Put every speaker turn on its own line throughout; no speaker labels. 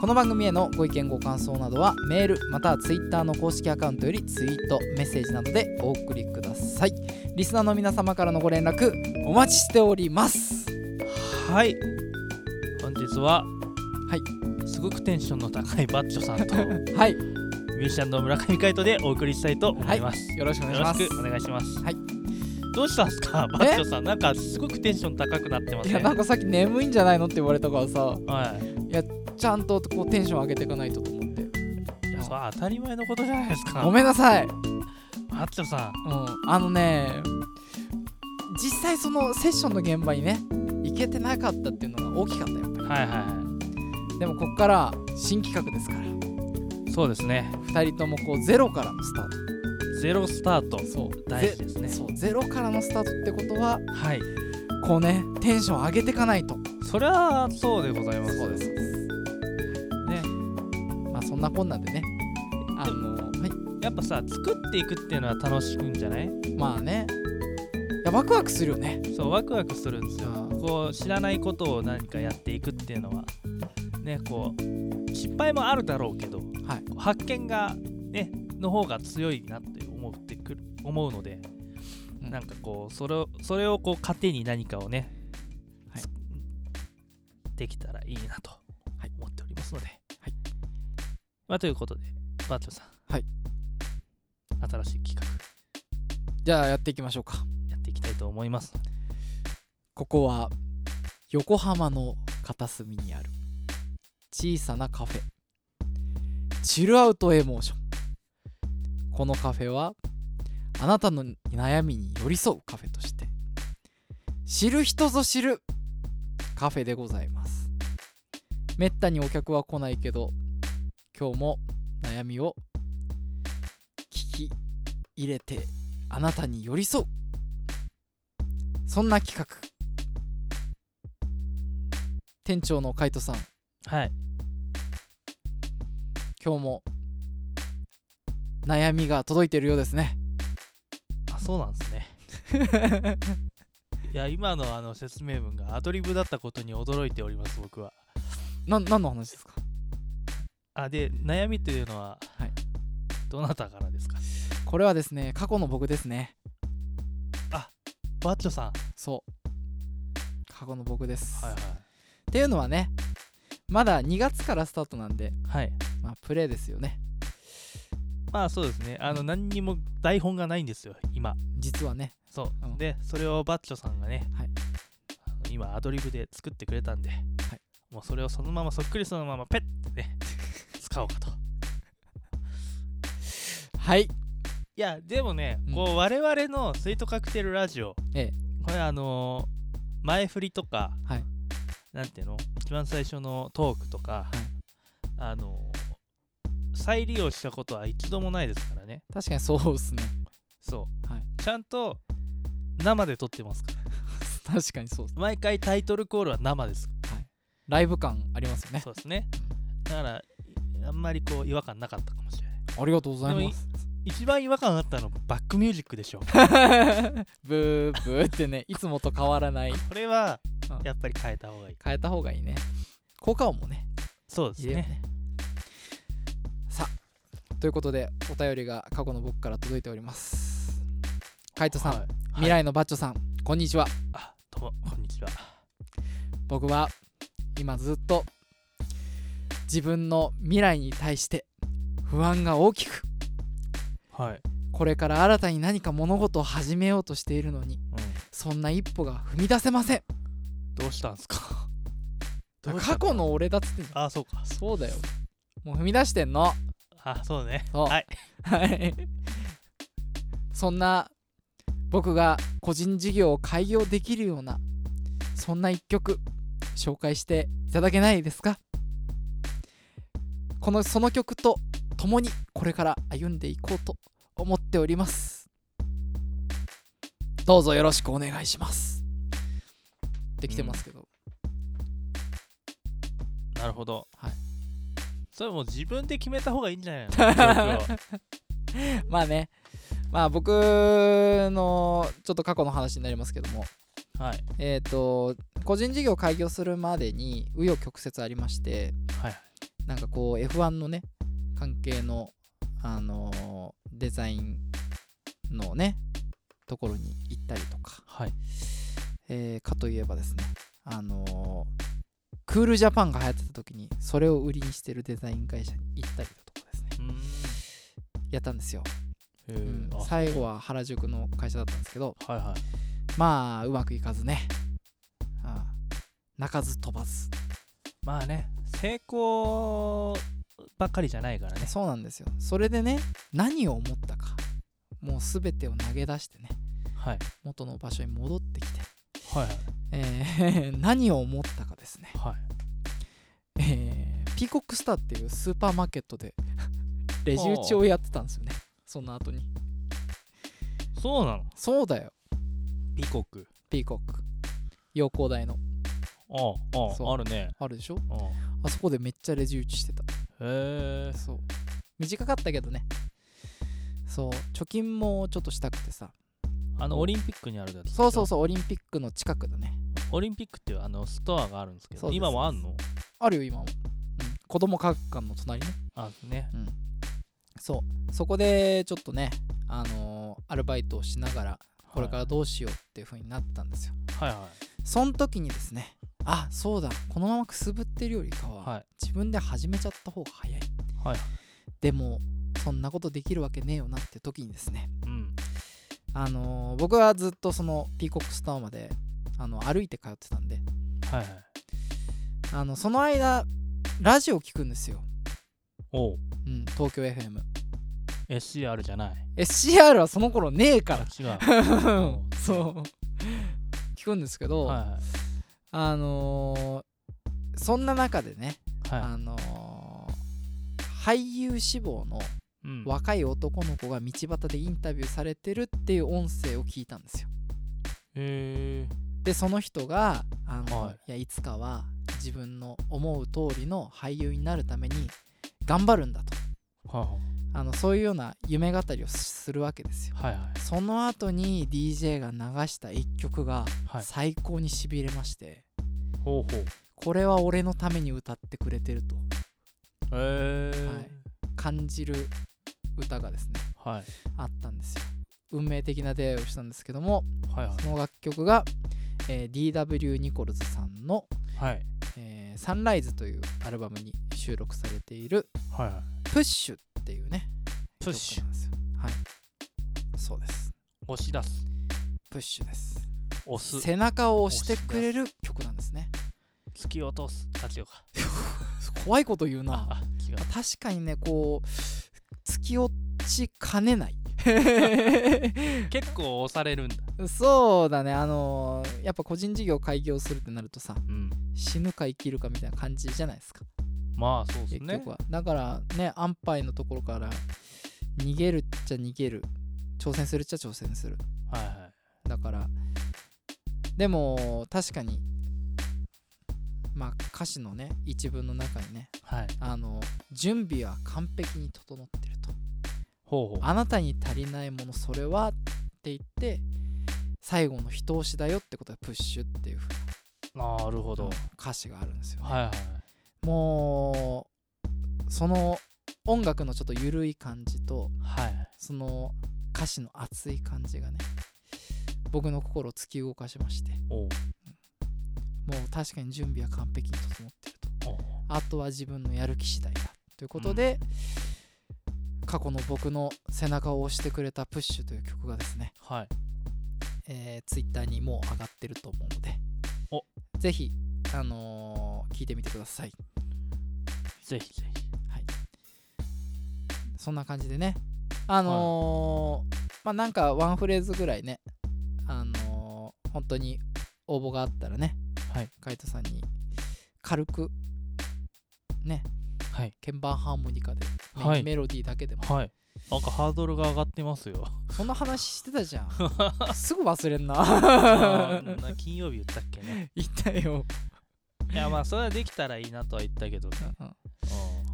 この番組へのご意見ご感想などはメールまたはツイッターの公式アカウントよりツイートメッセージなどでお送りくださいリスナーの皆様からのご連絡お待ちしております
はい本日は
は
すごくテンションの高いバッチョさん とミュ
はい
ージシャンの村上海人でお送りしたいと思います、
よろしくお願いし
よ
ま
ろ
す
しくお願いします。
はい。
どうしたんですか、バッチョさん。なんかすごくテンション高くなってま
い
せ
や
ん。
なんかさっき眠いんじゃないのって言われたからさ
はい。
ちゃんとこうテンション上げていかないとと思って
いや、それは当たり前のことじゃないですか。
ごめんなさい
バッチョさ
うん、あのね実際そのセッションの現場にね行けてなかったっていうのが大きかったやっぱ
ん。はいはいは
りでもこっから新企画ですから
い。そうですね。
2人ともこうゼロからのスター
ゼロスタート。
トそう
大事ですね
ぜそうゼロからのスタートってことは
はい。
こうねテンション上げてかないと
それはそうでございます。
すそうです
ね。
まあそんなこんなんでねあのはい
やっぱさ、作っていくっていうのは楽しくんじゃない
まあねいやワクワクするよね
そう、ワクワクするんですよ。
うん
こう、知らないことを何かやっていくっていうのは、ね、こう、失敗もあるだろうけど、
はい
発見が、ね、の方が強いなって思ってくる、思うので、
うん
なんかこうそれをそれをこう糧に何かをね、
はい
つできたらいいなと思っておりますので、
はい
まあ、ということでバーチョさん、
はい
新しい企画
じゃあやっていきましょうか
やっていきたいと思いますので
ここは横浜の片隅にある小さなカフェチルアウトエモーションこのカフェはあなたの悩みに寄り添うカフェとして知る人ぞ知るカフェでございますめったにお客は来ないけど今日も悩みを聞き入れてあなたに寄り添うそんな企画店長のカイトさん
はい
今日も悩みが届いてるようですね
あそうなんですね いや今のあの説明文がアドリブだったことに驚いております僕は
な何の話ですか
あで悩みというのは、
はい
どなたからですか
これはですね過去の僕ですね
バッチョさん
そう過去の僕です、
はい
っていうのはねまだ2月からスタートなんで
はいはい
まあプレイですよね
まあそうですねあの何にも台本がないんですよ今
実はね
そうう、
ん
でそれをバッチョさんがね、
はい
あの今アドリブで作ってくれたんで、もうそれをそのままそっくりそのままペッって ね使おうかと
はい
いやでもね、
うん
こう我々のスイートカクテルラジオ、
ええ
これあのー前振りとか、
はい
なんていうの一番最初のトークとか、
い
あのー再利用したことは一度もないですからね
確かにそうですね
そう、
はい
ちゃんと生で撮ってますから
確かにそうっす
毎回タイトルコールは生です
ライブ感ありますよね
そうですね。だから、いあんまりこう違和感なかったかもしれない。
ありがとうございます
一番違和感あったのバックミュージックでしょ。
ブーブーってねいつもと変わらない
これは
うん
やっぱり変えた方がいい。
変えた方がいいね効果音もね
そうです
入れよう
ね。
ねさあということでお便りが過去の僕から届いておりますカイトさん、
はい
未来のバッチョさんこんにちは
あ、どうも、こんにちは。
僕は今ずっと自分の未来に対して不安が大きく
はい。
これから新たに何か物事を始めようとしているのにそんな一歩が踏み出せません
どうしたんですかどうした
過去の俺だっつってんじゃん
あ、そうか。
そうだよもう踏み出してんの
あ、そうね。
そう
はい。
はい。そんな僕が個人事業を開業できるようなそんな一曲紹介していただけないですかこのその曲と共にこれから歩んでいこうと思っておりますどうぞよろしくお願いしますできてますけど、
なるほど。
はい。
それはもう自分で決めた方がいいんじゃないの 状況
まあねまあ僕のちょっと過去の話になりますけども
はい。
えっ、と個人事業開業するまでに紆余曲折ありまして
はい。
なんかこう F1 のね関係のあのーデザインのねところに行ったりとか、
はい。
えーかといえばですねあのークールジャパンが流行ってた時にそれを売りにしてるデザイン会社に行ったりだとかですね
うーん
やったんですよ、
へ
う
ー
ん
あ
最後は原宿の会社だったんですけど
はいはい。
まあうまくいかずね、ああ泣かず飛ばず
まあね、成功ばっかりじゃないからね。
そうなんですよそれでね何を思ったかもう全てを投げ出してね
はい。
元の場所に戻ってきて、
はい
えー 何を思ったかですね、
はい。はい。
えーピーコックスターっていうスーパーマーケットで レジ打ちをやってたんですよねその後に
そうなの
そうだよ
ピコック。
ピーコック陽光台の
ああ、
そ
あ
う
あ、あるね。
あるでしょ
あ
あそこでめっちゃレジ打ちしてた
あへえ。
そう短かったけどねそう貯金もちょっとしたくてさ
あの、オリンピックにあるやつ。
そうそうそうオリンピックの近くだね
オリンピックっていうあのストアがあるんですけ
そ
ど、
うです
今もあんの
あるよ今も、うん、子供科学館の隣ね
あ、ね。
うんそうそこでちょっとねあのーアルバイトをしながらこれからどうしようっていう風になったんですよ、
はいは
その時にですねあそうだこのままくすぶってるよりかは、
い。はい。
自分で始めちゃった方が早い
はい。
でもそんなことできるわけねえよなって時にですね
うん。
あのー僕はずっとそのピーコックスタワーまであの歩いて通ってたんで
はいはい。
あのその間ラジオ聞くんですよ、
おう。
うん、東京 FM
SCR じゃない。
SCR はその頃ねえから
違う。
うん
うん
そう聞くんですけど、
は
あのーそんな中でね、
いはい。
あ
は
のー俳優志望の
い。うん。
若い男の子が道端でインタビューされてるっていう音声を聞いたんですよ
へえ。
でその人があの、
はい
い、やいつかは自分の思う通りの俳優になるために頑張るんだと
はいはい。
あのそういうような夢語りをするわけですよ
はいはい
その後に DJ が流した一曲が
はい
最高にしびれまして、
ほうほうへ
これは俺のために歌ってくれてると
え
感じる歌がですね
はいはい
あったんですよ運命的な出会いをしたんですけども
はい
その楽曲が、えー DW ニコルズさんの
はいはい
「えーサンライズ」というアルバムに収録されている
はいはい
「プッシュ」っていうね
プッシュ
曲なんですよはいそうです
押し出す
プッシュです
押す
背中を押してくれる曲なんですね
突き落とすあ違うか
怖いこと言うな
あ違う
確かにねこう突き落ちかねない
結構押されるんだ
そうだねあのーやっぱ個人事業開業するってなるとさ
うん
死ぬか生きるかみたいな感じじゃないですか
まあそうです
結
ね
局は、だからね安牌のところから逃げるっちゃ逃げる挑戦するっちゃ挑戦する
はいはい
だからでも確かにまあ歌詞のね一文の中にね
はい
あの準備は完璧に整ってると
ほうほう
あなたに足りないものそれはって言って最後の一押しだよってことはプッシュっていうふう
なるほど
な歌詞があるんですよ、ね
はいはい
もうその音楽のちょっと緩い感じと
はい
その歌詞の熱い感じがね僕の心を突き動かしまして
おう
もう確かに準備は完璧に整ってると
おう
あとは自分のやる気次第だということで、過去の僕の背中を押してくれた「プッシュという曲がですね
はい
えー、ツイッターにもう上がってると思うので
お
ぜひ、あのー聞いてみてください
ぜひぜひ
そんな感じでねあのーまあなんかワンフレーズぐらいねあのー本当に応募があったらね
はい
カイトさんに軽くね
はい
鍵盤ハーモニカで、ね
はい
メロディーだけでも
はいなんかハードルが上がってます よ
そんな話してたじゃ んすぐ忘れん
あ
な
ーな金曜日言ったっけね
言ったよ、
いやまあそれはできたらいいなとは言ったけどさ、
うん
うん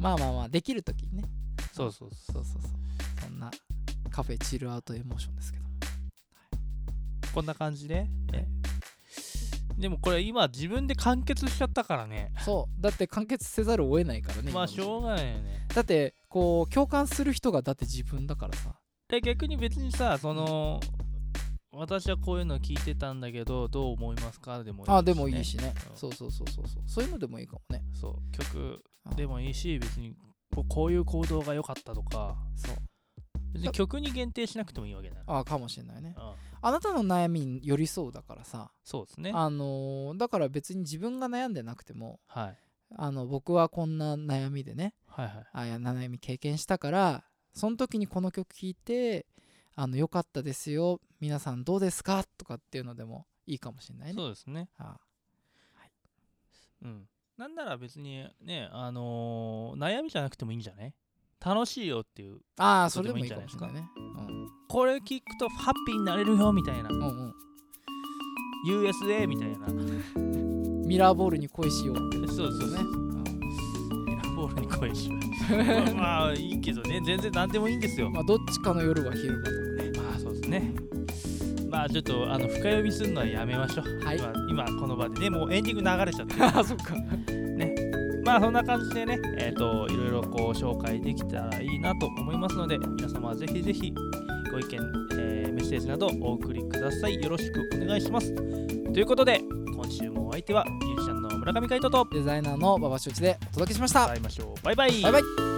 まあまあまあできる時にね
そうそうそう
そうそうそうそんなカフェチルアウトエモーションですけど
こんな感じで、えでもこれ今自分で完結しちゃったからね
そうだって完結せざるを得ないからね
まあ
今の
しょうがないよね
だってこう共感する人がだって自分だからさ
で逆に別にさその私はこういうの聞いてたんだけどどう思いますかでもいいし、ね、
あでもいいしね、
うん
そうそうそうそうそうそういうのでもいいかもね
そう曲
うん
でもいいし別にこうこういう行動が良かったとか
そう
別に曲に限定しなくてもいいわけだよ、
あかもしれないね
うん、
あなたの悩みに寄り添うだからさ
そうですね
あのーだから別に自分が悩んでなくても
はい
あの僕はこんな悩みでね
はいはい
あいや悩み経験したからその時にこの曲聴いて「あの良かったですよ皆さんどうですか?」とかっていうのでもいいかもしれないね。
そうですね
あ
うんなんなら別にねあのー悩みじゃなくてもいいんじゃない楽しいよっていう
あー
そ
そ
れ
れ
で
で
もい
もい
いん
い
じゃ
か
ない
も
で
し
す
れ
か
ないね。うん
これ聞くとハッピーになれるよみたいな
うん
USA みたいな
うん、ミラーボールに恋しようって
そうそう
ね
ね。ミラーボールに恋しま あまあいいけどね全然何でもいいんですよ
うんまあ、どっちかの夜は昼間と
まあそうですねまあちょっとあの深読みするのはやめましょう、
はい
まあ今この場でねもうエンディング流れちゃってる
か。あそっか。
まあそんな感じでね、えー、といろいろこう紹介できたらいいなと思いますので皆様はぜひぜひご意見、えーメッセージなどお送りくださいよろしくお願いしますということで今週もお相手はミュージシャンの村上海人と
デザイナーの馬場所一でお届けしました。
会いましょうバイバイ
バイバイ